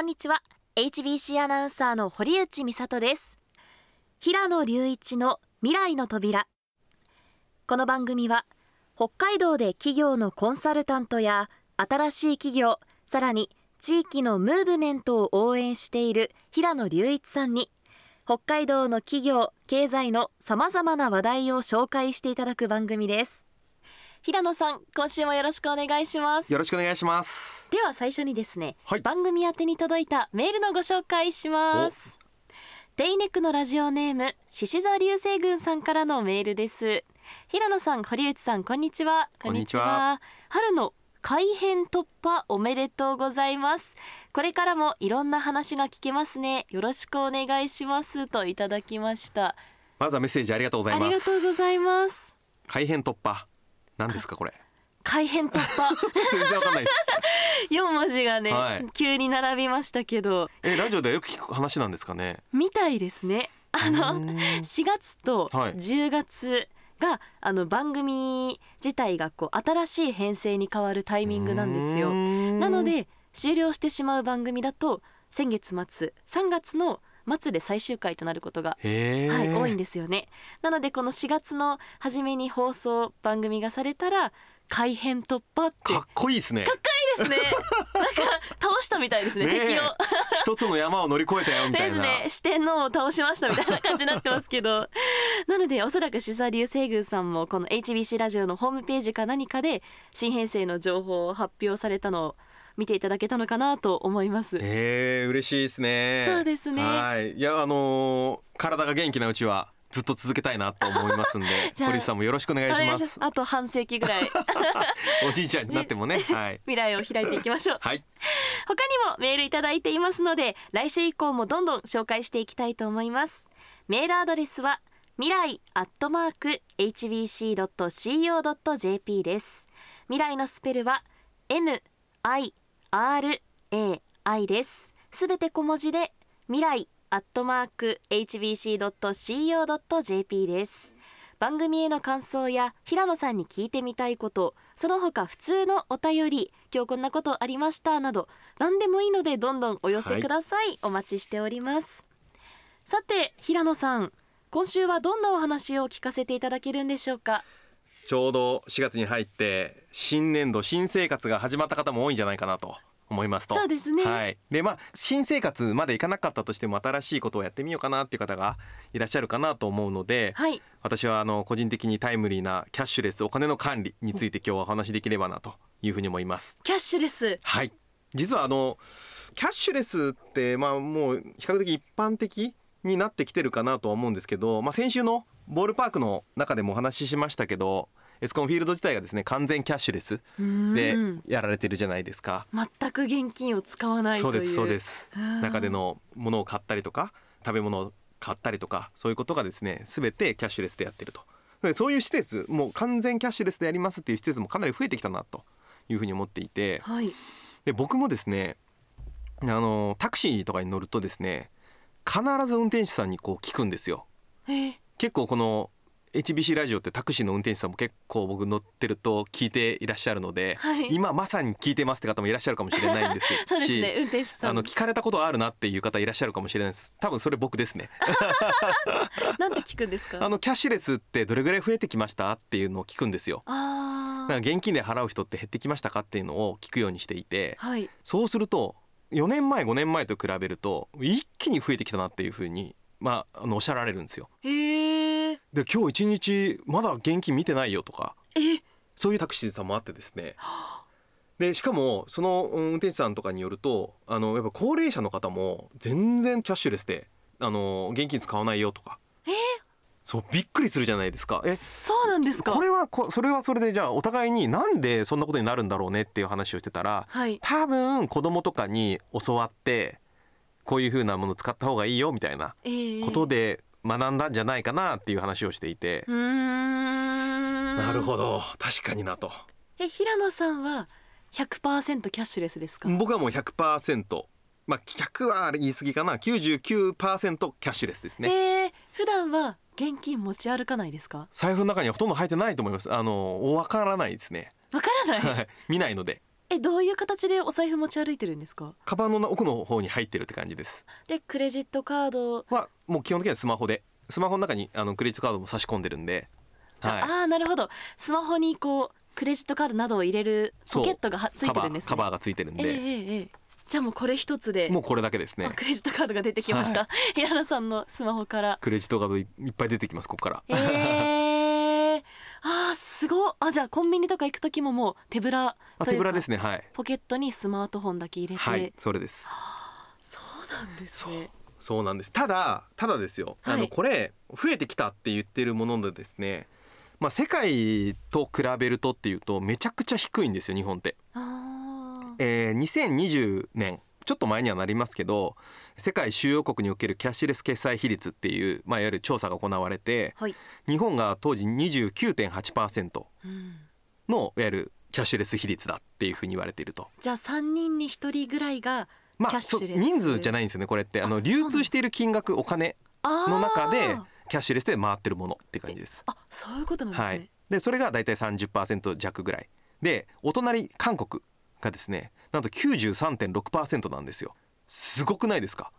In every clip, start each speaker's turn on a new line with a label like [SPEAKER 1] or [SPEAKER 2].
[SPEAKER 1] んにちは HBC アナウンサーの堀内美里です平野隆一の未来の扉この番組は北海道で企業のコンサルタントや新しい企業さらに地域のムーブメントを応援している平野隆一さんに北海道の企業経済のさまざまな話題を紹介していただく番組です平野さん今週もよろしくお願いします
[SPEAKER 2] よろしくお願いします。
[SPEAKER 1] では最初にですね、
[SPEAKER 2] はい
[SPEAKER 1] 番組宛てに届いたメールのご紹介しますテイネックのラジオネーム獅子座流星群さんからのメールです平野さん堀内さんこんにちは
[SPEAKER 2] こんにちは
[SPEAKER 1] 春の改編突破おめでとうございますこれからもいろんな話が聞けますねよろしくお願いしますといただきました
[SPEAKER 2] まずはメッセージありがとうござ
[SPEAKER 1] あ
[SPEAKER 2] い
[SPEAKER 1] りが
[SPEAKER 2] ま
[SPEAKER 1] と
[SPEAKER 2] す。
[SPEAKER 1] うございます
[SPEAKER 2] 改編突破。何ですかこれ。
[SPEAKER 1] 改編突 破
[SPEAKER 2] 全然わかんな いです。
[SPEAKER 1] 四文字がね、
[SPEAKER 2] はい
[SPEAKER 1] 急に並びましたけど
[SPEAKER 2] えラジオではよく聞く話なんですかね。
[SPEAKER 1] みたいですね。あの
[SPEAKER 2] うーん
[SPEAKER 1] 4月と
[SPEAKER 2] はい
[SPEAKER 1] 10月が、あの番組自体がこう新しい編成に変わるタイミングなんですよ。な
[SPEAKER 2] な
[SPEAKER 1] の。で終了してしまう番組だと先月末3月の末で最終回となることが、
[SPEAKER 2] へえ。
[SPEAKER 1] はい、多いんで
[SPEAKER 2] で
[SPEAKER 1] すよね。なのでこの4月の初めに放送番組がされたら改編突破ってい
[SPEAKER 2] かっこいいですね。
[SPEAKER 1] いですねなんか倒したみたいですね
[SPEAKER 2] ねえ
[SPEAKER 1] 敵を。
[SPEAKER 2] 一つの山を乗り越えたよみた
[SPEAKER 1] で
[SPEAKER 2] い
[SPEAKER 1] す
[SPEAKER 2] な。
[SPEAKER 1] ね四天王を倒しましたみたいな感じになってますけ どなのでおそらく獅子座流星群さんもこの HBC ラジオのホームページか何かで新編成の情報を発表されたのを見ていただけたのかなと思います、
[SPEAKER 2] ええ嬉しいですね。
[SPEAKER 1] そうですね
[SPEAKER 2] はい。いやあのー体が元気なうちはずっと続けたいなと思いますんで
[SPEAKER 1] じゃあ
[SPEAKER 2] 堀内さんもよろしくお願いし
[SPEAKER 1] お願
[SPEAKER 2] ま
[SPEAKER 1] いします
[SPEAKER 2] す。
[SPEAKER 1] あと半世紀ぐらい
[SPEAKER 2] おじいちゃんになってもね。はい。
[SPEAKER 1] 未来を開いていきましょう
[SPEAKER 2] はい。
[SPEAKER 1] 他にもメールいただいていますので来週以降もどんどん紹介していきたいと思いますメールアドレスは未来アットマーク hbc.co.jp です未来のスペルは mirai ですすべて小文字で未来アットマーク hbc.co.jp です番組への感想や平野さんに聞いてみたいことその他普通のお便り今日こんなことありましたなど何でもいいのでどんどんお寄せください、お待ちしておりますさて平野さん今週はどんなお話を聞かせていただけるんでしょうか
[SPEAKER 2] ちょうど4月に入って新年度新生活が始まった方も多いんじゃないかなと思いますと
[SPEAKER 1] そうですね
[SPEAKER 2] はい、でまあ新生活までいかなかったとしても新しいことをやってみようかなっていう方がいらっしゃるかなと思うので、
[SPEAKER 1] はい
[SPEAKER 2] 私はあの個人的にタイムリーなキャッシュレスお金の管理について今日はお話しできればなというふうに思います。
[SPEAKER 1] キャッシュレス
[SPEAKER 2] はい実はあのキャッシュレスってまあもう比較的一般的になってきてるかなとは思うんですけど、まあ、先週のボールパークの中でもお話ししましたけどエスコンフィールド自体がですね完全キャッシュレスで
[SPEAKER 1] うん
[SPEAKER 2] やられてるじゃないですか。
[SPEAKER 1] 全く現金を使わないとい
[SPEAKER 2] そううですそうですす
[SPEAKER 1] ん
[SPEAKER 2] 中でのものを買ったりとか食べ物を買ったりとかそういうことがですね全てキャッシュレスでやってるとでそういう施設もう完全キャッシュレスでやりますっていう施設もかなり増えてきたなというふうに思っていて、
[SPEAKER 1] はい
[SPEAKER 2] で僕もですねあのタクシーとかに乗るとですね必ず運転手さんにこう聞くんですよ
[SPEAKER 1] えー
[SPEAKER 2] 結構この HBC ラジオってタクシーの運転手さんも結構僕乗ってると聞いていらっしゃるので、
[SPEAKER 1] はい
[SPEAKER 2] 今まさに聞いてますって方もいらっしゃるかもしれないんですけ
[SPEAKER 1] そうです
[SPEAKER 2] し
[SPEAKER 1] ね運転手さ
[SPEAKER 2] あ
[SPEAKER 1] んな
[SPEAKER 2] の
[SPEAKER 1] んて
[SPEAKER 2] 聞かれたことあるなっていう方いらっしゃるかもしれないです多分それ僕ですね
[SPEAKER 1] 聞くんですか
[SPEAKER 2] あのキャッシュレスってどれぐらい増えてきましたっていうのを聞くんですよ
[SPEAKER 1] あ
[SPEAKER 2] な
[SPEAKER 1] ー
[SPEAKER 2] んか現金で払う人って減ってきましたかっていうのを聞くようにしていて
[SPEAKER 1] はい
[SPEAKER 2] そうすると4年前5年前と比べると一気に増えてきたなっていうふうに、まあ、あのおっしゃられるんですよ。
[SPEAKER 1] へえ
[SPEAKER 2] で今日一日まだ現金見てないよとか
[SPEAKER 1] え
[SPEAKER 2] そういうタクシーさんもあってですね。でしかもそのうん運転手さんとかによるとあのやっぱ高齢者の方も全然キャッシュレスであの現金使わないよとか。そうびっくりするじゃないですか。え
[SPEAKER 1] そうなんですか
[SPEAKER 2] これはこそれはそれでじゃあお互いになんでそんなことになるんだろうねっていう話をしてたら
[SPEAKER 1] はい
[SPEAKER 2] 多分子供とかに教わってこういう風なもの使った方がいいよみたいな
[SPEAKER 1] えー
[SPEAKER 2] ことで学んだんじゃないかなっていう話をしていて、
[SPEAKER 1] うーん
[SPEAKER 2] なるほど確かになと
[SPEAKER 1] え平野さんは100%キャッシュレスですか、
[SPEAKER 2] 僕はもう100%まあ100はあれ言い過ぎかな99%キャッシュレスですね、
[SPEAKER 1] えー普段は現金持ち歩かないですか
[SPEAKER 2] 財布の中にはほとんど入ってないと思いますあのわからないですね
[SPEAKER 1] わからない
[SPEAKER 2] はい見ないので
[SPEAKER 1] ええどういう形でお財布持ち歩いてるんですか
[SPEAKER 2] カバンの奥の方に入ってるって感じです
[SPEAKER 1] でクレジットカード、
[SPEAKER 2] はもう基本的にはスマホでスマホの中にあのクレジットカードも差し込んでるんで、はい、
[SPEAKER 1] ああなるほどスマホにこうクレジットカードなどを入れるポ
[SPEAKER 2] そう
[SPEAKER 1] ケットがはついてるんですね
[SPEAKER 2] カバーカバーがついてるん
[SPEAKER 1] ええ
[SPEAKER 2] で、
[SPEAKER 1] ええええじゃあもうこれ一つで
[SPEAKER 2] もうこれだけですね
[SPEAKER 1] あクレジットカードが出てきました、 平野さんのスマホから
[SPEAKER 2] クレジットカードいいっぱい出てきますここから、
[SPEAKER 1] えー、あーすごっあじゃあコンビニとか行く時ももう手ぶら
[SPEAKER 2] あ
[SPEAKER 1] とい
[SPEAKER 2] 手
[SPEAKER 1] うか
[SPEAKER 2] ぶらですねはい
[SPEAKER 1] ポケットにスマートフォンだけ入れて、
[SPEAKER 2] はいそれです
[SPEAKER 1] そうなんです
[SPEAKER 2] そう
[SPEAKER 1] ね
[SPEAKER 2] そうなんですただただですよ、
[SPEAKER 1] はい
[SPEAKER 2] あのこれ増えてきたって言ってるものでですねまあ世界と比べるとっていうとめちゃくちゃ低いんですよ日本って、
[SPEAKER 1] あー
[SPEAKER 2] えー2020年ちょっと前にはなりますけど世界主要国におけるキャッシュレス決済比率っていう、まあ、いわゆる調査が行われて
[SPEAKER 1] はい、
[SPEAKER 2] 日本が当時29.8%
[SPEAKER 1] うん、
[SPEAKER 2] のいわゆるキャッシュレス比率だっていうふうに言われていると
[SPEAKER 1] じゃあ三人に一人ぐらいが
[SPEAKER 2] ま
[SPEAKER 1] キャ
[SPEAKER 2] あ
[SPEAKER 1] ッシュレス
[SPEAKER 2] そう人数じゃないんですよねこれってあの流
[SPEAKER 1] そうなん
[SPEAKER 2] 通している金額お金の
[SPEAKER 1] の
[SPEAKER 2] 中でキャッシュレスで回ってるものって感じです。
[SPEAKER 1] あそういうことなんですね、
[SPEAKER 2] はい、でそれが大体30%弱ぐらいでお隣韓国がですねなんと93.6%なんですよ。すごくないですか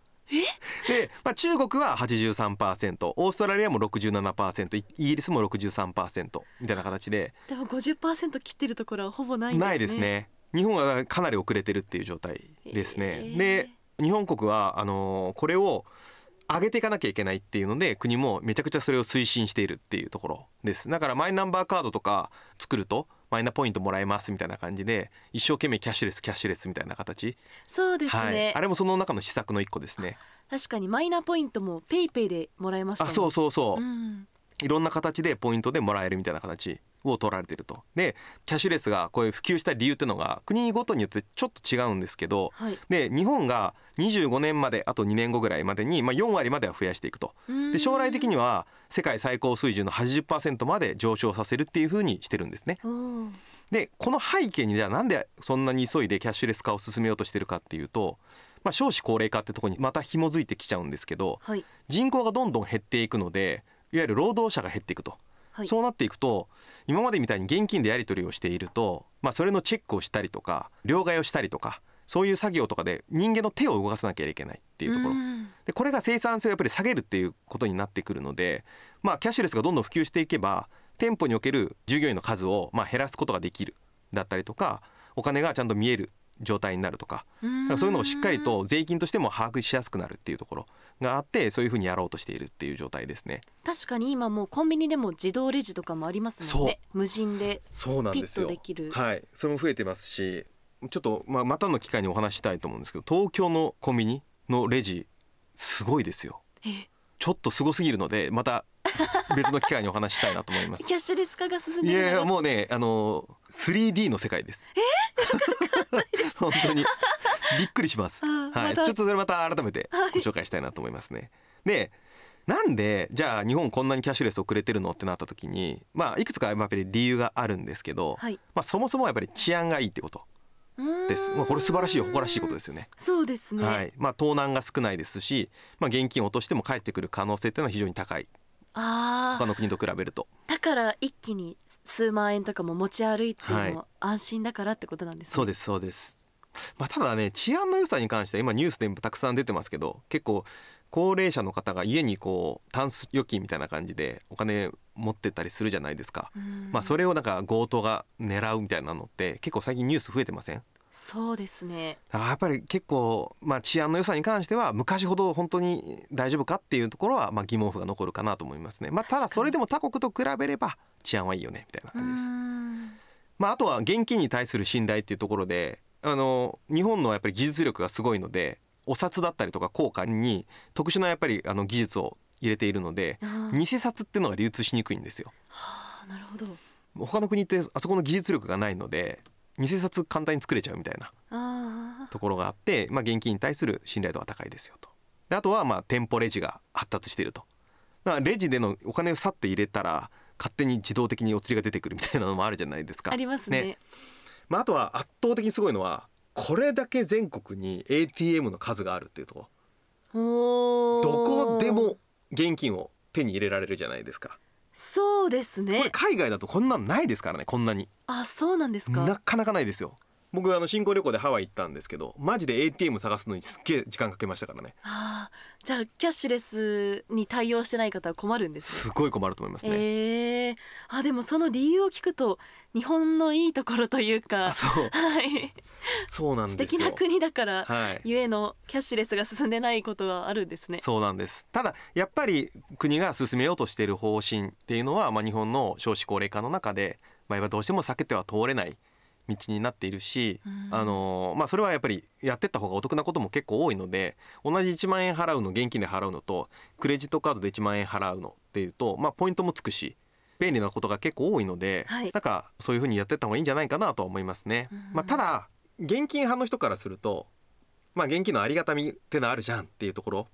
[SPEAKER 2] で、まあ、中国は83%オーストラリアも67%イイギリスも63%みたいな形で
[SPEAKER 1] でも50%切ってるところはほぼないんですね
[SPEAKER 2] ないですね日本はかなり遅れてるっていう状態ですね。
[SPEAKER 1] えー
[SPEAKER 2] で日本国はあのーこれを上げていかなきゃいけないっていうので国もめちゃくちゃそれを推進しているっていうところですだからマイナンバーカードとか作るとマイナポイントもらえますみたいな感じで一生懸命キャッシュレスキャッシュレスみたいな形、
[SPEAKER 1] そうです
[SPEAKER 2] は
[SPEAKER 1] ね
[SPEAKER 2] い、あ、れもその中の施策の一個ですね
[SPEAKER 1] 確かにマイナポイントもペイペイでもらえました
[SPEAKER 2] あそう
[SPEAKER 1] そ
[SPEAKER 2] そうそう、
[SPEAKER 1] ん、
[SPEAKER 2] いろんな形でポイントでもらえるみたいな形を取られてるとでキャッシュレスがこういう普及した理由っていうのが国ごとによってちょっと違うんですけど
[SPEAKER 1] はい
[SPEAKER 2] で日本が25年まであと2年後ぐらいまでに、まあ、4割までは増やしていくとで将来的
[SPEAKER 1] に
[SPEAKER 2] には世界最高水準の80%まで上昇させるっていう風にしてるんですね。でこの背景にじゃあなんでそんなに急いでキャッシュレス化を進めようとしてるかっていうと、まあ、少子高齢化ってとこにまた紐づいてきちゃうんですけど
[SPEAKER 1] はい
[SPEAKER 2] 人口がどんどん減っていくのでいわゆる労働者が減っていくと。
[SPEAKER 1] はい
[SPEAKER 2] そうなっていくと今までみたいに現金でやり取りをしていると、まあ、それのチェックをしたりとか両替をしたりとかそういう作業とかで人間の手を動かさなきゃいけないっていうところ
[SPEAKER 1] ん
[SPEAKER 2] でこれが生産性をやっぱり下げるっていうことになってくるので、まあ、キャッシュレスがどんどん普及していけば店舗における従業員の数をまあ減らすことができるだったりとかお金がちゃんと見える状態になるとかだからそういうのをしっかりと税金としても把握しやすくなるっていうところがあってそういうふうにやろうとしているっていう状態ですね。
[SPEAKER 1] 確かに今もうコンビニでも自動レジとかもありますもんね無人で
[SPEAKER 2] そうなんですよ
[SPEAKER 1] ピッとできる
[SPEAKER 2] はい、それも増えてますしちょっと、まあ、またの機会にお話ししたいと思うんですけど東京のコンビニのレジすごいですよ
[SPEAKER 1] え
[SPEAKER 2] ちょっとすごすぎるのでまた別の機会にお話ししたいなと思います
[SPEAKER 1] キャッシュレス化が 進ん
[SPEAKER 2] い
[SPEAKER 1] でいる
[SPEAKER 2] やいや
[SPEAKER 1] う
[SPEAKER 2] もうねあの 3D の世界です え本当にびっくりします、
[SPEAKER 1] あ
[SPEAKER 2] は
[SPEAKER 1] ーま
[SPEAKER 2] い、ち
[SPEAKER 1] た
[SPEAKER 2] ょっとそれまた改めて
[SPEAKER 1] はい
[SPEAKER 2] ご紹介したいなと思いますね、でなんでじゃあ日本こんなにキャッシュレス遅れてるのってなった時にまあいくつかやっぱり理由があるんですけど、
[SPEAKER 1] はい
[SPEAKER 2] まあ、そもそもやっぱり治安がいいってことです。まあ、これ素晴らしい誇らしいことですすよね。
[SPEAKER 1] そうですね、
[SPEAKER 2] はい、まあ、盗難が少ないですし、まあ、現金を落としても返ってくる可能性っていうのは非常に高い。
[SPEAKER 1] あ
[SPEAKER 2] 他
[SPEAKER 1] あ
[SPEAKER 2] の国と比べると。
[SPEAKER 1] だから一気に数万円とかも持ち歩いて
[SPEAKER 2] はい
[SPEAKER 1] も安心だからってことなんですね、
[SPEAKER 2] そうです、そうです。まあ、ただね、治安の良さに関しては、今ニュースでもたくさん出てますけど、結構。高齢者の方が家にこうタンス預金みたいな感じでお金持ってったりするじゃないですか、
[SPEAKER 1] うん
[SPEAKER 2] まあ、それをなんか強盗が狙うみたいなのって結構最近ニュース増えてません
[SPEAKER 1] そうですね
[SPEAKER 2] あーやっぱり結構、まあ、治安の良さに関しては昔ほど本当に大丈夫かっていうところは、まあ、疑問符が残るかなと思いますね、まあ、た
[SPEAKER 1] 確
[SPEAKER 2] だ
[SPEAKER 1] かに
[SPEAKER 2] それでも他国と比べれば治安はいいよねみたいな感じです、まあ、あとは現金に対する信頼っていうところであの日本のやっぱり技術力がすごいのでお札だったりとか硬貨に特殊なやっぱりあの技術を入れているので
[SPEAKER 1] うーんあー
[SPEAKER 2] 偽札っていうのが流通しにくいんですよ
[SPEAKER 1] はあなるほど
[SPEAKER 2] 他の国ってあそこの技術力がないので偽札簡単に作れちゃうみたいな
[SPEAKER 1] あー
[SPEAKER 2] ところがあって、まあ、現金に対する信頼度が高いですよとであとはまあ店舗レジが発達しているとだからレジでのお金を去って入れたら勝手に自動的にお釣りが出てくるみたいなのもあるじゃないですか
[SPEAKER 1] ありますね
[SPEAKER 2] まあ、あとは圧倒的にすごいのはこれだけ全国に ATM の数があるっていうとこ
[SPEAKER 1] おー
[SPEAKER 2] どこでも現金を手に入れられるじゃないですか
[SPEAKER 1] そうです
[SPEAKER 2] これ
[SPEAKER 1] ね
[SPEAKER 2] 海外だとこんなのないですからねこんなに
[SPEAKER 1] あそうなんですか
[SPEAKER 2] なかなかないですよ僕あの新婚旅行でハワイ行ったんですけどマジで ATM 探すのにすっげえ時間かけましたからね
[SPEAKER 1] ああじゃあキャッシュレスに対応してない方は困るんですね
[SPEAKER 2] すごい困ると思いますね、
[SPEAKER 1] えー、あでもその理由を聞くと日本のいいところというか
[SPEAKER 2] あそう
[SPEAKER 1] はい
[SPEAKER 2] そうなん
[SPEAKER 1] 素
[SPEAKER 2] です
[SPEAKER 1] 敵
[SPEAKER 2] よ
[SPEAKER 1] な国だから、
[SPEAKER 2] はい
[SPEAKER 1] ゆえのキャッシュレスが進んでないことはあるんですね。
[SPEAKER 2] そうなんですただやっぱり国が進めようとしている方針っていうのは、まあ、日本の少子高齢化の中で、まあ、今どうしても避けては通れない道になっているし、
[SPEAKER 1] うん
[SPEAKER 2] あのまあ、それはやっぱりやってった方がお得なことも結構多いので同じ1万円払うの現金で払うのとクレジットカードで1万円払うのっていうと、まあ、ポイントもつくし便利なことが結構多いので、
[SPEAKER 1] はい
[SPEAKER 2] なんかそういうふうにやってった方がいいんじゃないかなとは思いますね。
[SPEAKER 1] うん
[SPEAKER 2] まあ、ただ現金派の人からするとまあ、現金のありがたみってのあるじゃんっていうと ころ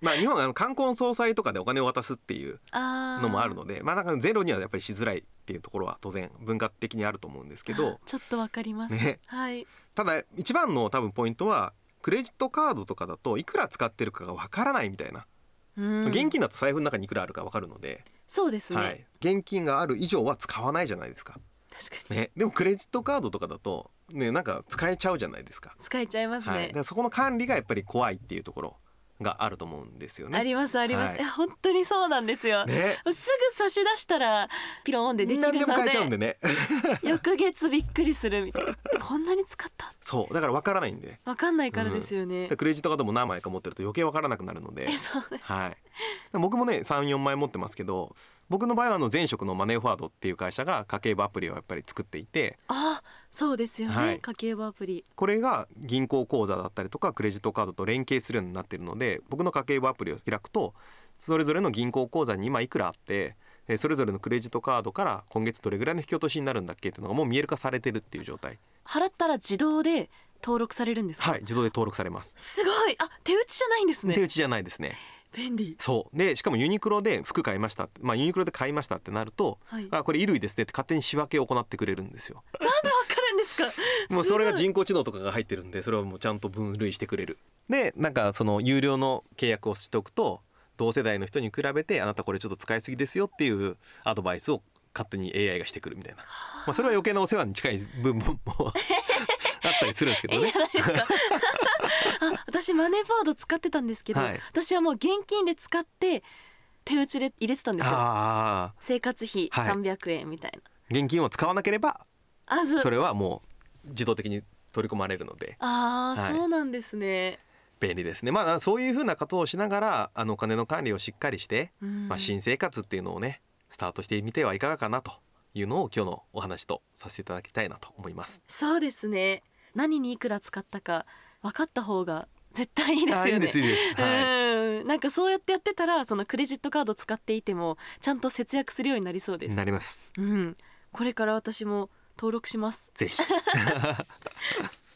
[SPEAKER 2] まあ日本はあの冠婚葬祭とかでお金を渡すっていう
[SPEAKER 1] あー
[SPEAKER 2] のもあるのでまあなんかゼロにはやっぱりしづらいっていうところは当然文化的にあると思うんですけど
[SPEAKER 1] ちょっとわかります。
[SPEAKER 2] ね
[SPEAKER 1] はい。
[SPEAKER 2] ただ一番の多分ポイントはクレジットカードとかだといくら使ってるかがわからないみたい
[SPEAKER 1] う
[SPEAKER 2] な、
[SPEAKER 1] ん
[SPEAKER 2] 現金だと財布の中にいくらあるかわかるので、
[SPEAKER 1] そうですね。
[SPEAKER 2] はい、現金がある以上は使わないじゃないですか、
[SPEAKER 1] 確かに、
[SPEAKER 2] ね、でもクレジットカードとかだと、ね、なんか使えちゃうじゃないですか。
[SPEAKER 1] 使えちゃいますね。
[SPEAKER 2] はい、だからそこの管理がやっぱり怖いっていうところがあると思うんですよね。
[SPEAKER 1] ありますあります、
[SPEAKER 2] はい
[SPEAKER 1] いや本当にそうなんですよ、
[SPEAKER 2] ね、
[SPEAKER 1] すぐ差し出したらピローンでできるので
[SPEAKER 2] 何でも買えちゃうんでね。
[SPEAKER 1] 翌月びっくりするみたいなこんなに使った
[SPEAKER 2] そう、だからわからないんで、
[SPEAKER 1] わかんないからですよね、
[SPEAKER 2] でクレジットカードも何枚か持ってると余計わからなくなるので
[SPEAKER 1] え。そうね
[SPEAKER 2] はい。僕もね、三四枚持ってますけど、僕の場合はあの前職のマネーフォワードっていう会社が家計簿アプリをやっぱり作っていて。
[SPEAKER 1] あそうですよね、
[SPEAKER 2] はい
[SPEAKER 1] 家計簿アプリ
[SPEAKER 2] これが銀行口座だったりとかクレジットカードと連携するようになっているので僕の家計簿アプリを開くとそれぞれの銀行口座に今いくらあってえーそれぞれのクレジットカードから今月どれぐらいの引き落としになるんだっけっていうのがもう見える化されてるっていう状態
[SPEAKER 1] 払ったら自動で登録されるんですか、
[SPEAKER 2] はい自動で登録されます、
[SPEAKER 1] すごいあ手打ちじゃないんです
[SPEAKER 2] 手
[SPEAKER 1] ね
[SPEAKER 2] 打ちじゃないですね
[SPEAKER 1] 便利
[SPEAKER 2] そうでしかもユニクロで服買いましたってまあユニクロで買いましたってなると、
[SPEAKER 1] はい
[SPEAKER 2] あこれ衣類ですねって勝手に仕分けを行ってくれるんですよ
[SPEAKER 1] なんでわかるんですか
[SPEAKER 2] もうそれが
[SPEAKER 1] すごい
[SPEAKER 2] 人工知能とかが入ってるんでそれはもうちゃんと分類してくれるでなんかその有料の契約をしておくと同世代の人に比べてあなたこれちょっと使いすぎですよっていうアドバイスを勝手に AI がしてくるみたいな、まあ、それは余計なお世話に近い部分も あったりするんですけどね
[SPEAKER 1] あ私マネーフォワード使ってたんですけど、
[SPEAKER 2] はい
[SPEAKER 1] 私はもう現金で使って手打ちで入れてたんですよ
[SPEAKER 2] ああ
[SPEAKER 1] 生活費
[SPEAKER 2] はい
[SPEAKER 1] 300円みたい
[SPEAKER 2] 現金を使わなければ
[SPEAKER 1] な、あず
[SPEAKER 2] それはもう自動的に取り込まれるので
[SPEAKER 1] あー、
[SPEAKER 2] はい
[SPEAKER 1] そうなんですね、
[SPEAKER 2] 便利ですねまあそういうふうなことをしながらあのお金の管理をしっかりして
[SPEAKER 1] うん
[SPEAKER 2] まあ、新生活っていうのをねスタートしてみてはいかがかなというのを今日のお話とさせていただきたいなと思います。
[SPEAKER 1] そうですね何にいくら使ったか分かった方が絶対いいです
[SPEAKER 2] あーい
[SPEAKER 1] よ
[SPEAKER 2] いで
[SPEAKER 1] ね
[SPEAKER 2] すいいです。はい。
[SPEAKER 1] うんなんかそうやってやってたらそのクレジットカード使っていてもちゃんと節約するようになりそうです
[SPEAKER 2] なります。
[SPEAKER 1] うんこれから私も登録します
[SPEAKER 2] ぜひ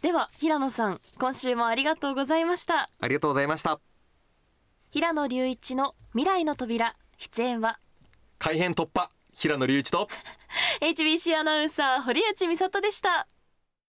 [SPEAKER 1] では平野さん今週もありがとうございました
[SPEAKER 2] ありがとうございました。
[SPEAKER 1] 平野隆一の未来の扉出演は
[SPEAKER 2] 改編突破平野隆一と
[SPEAKER 1] HBC アナウンサー堀内美里でした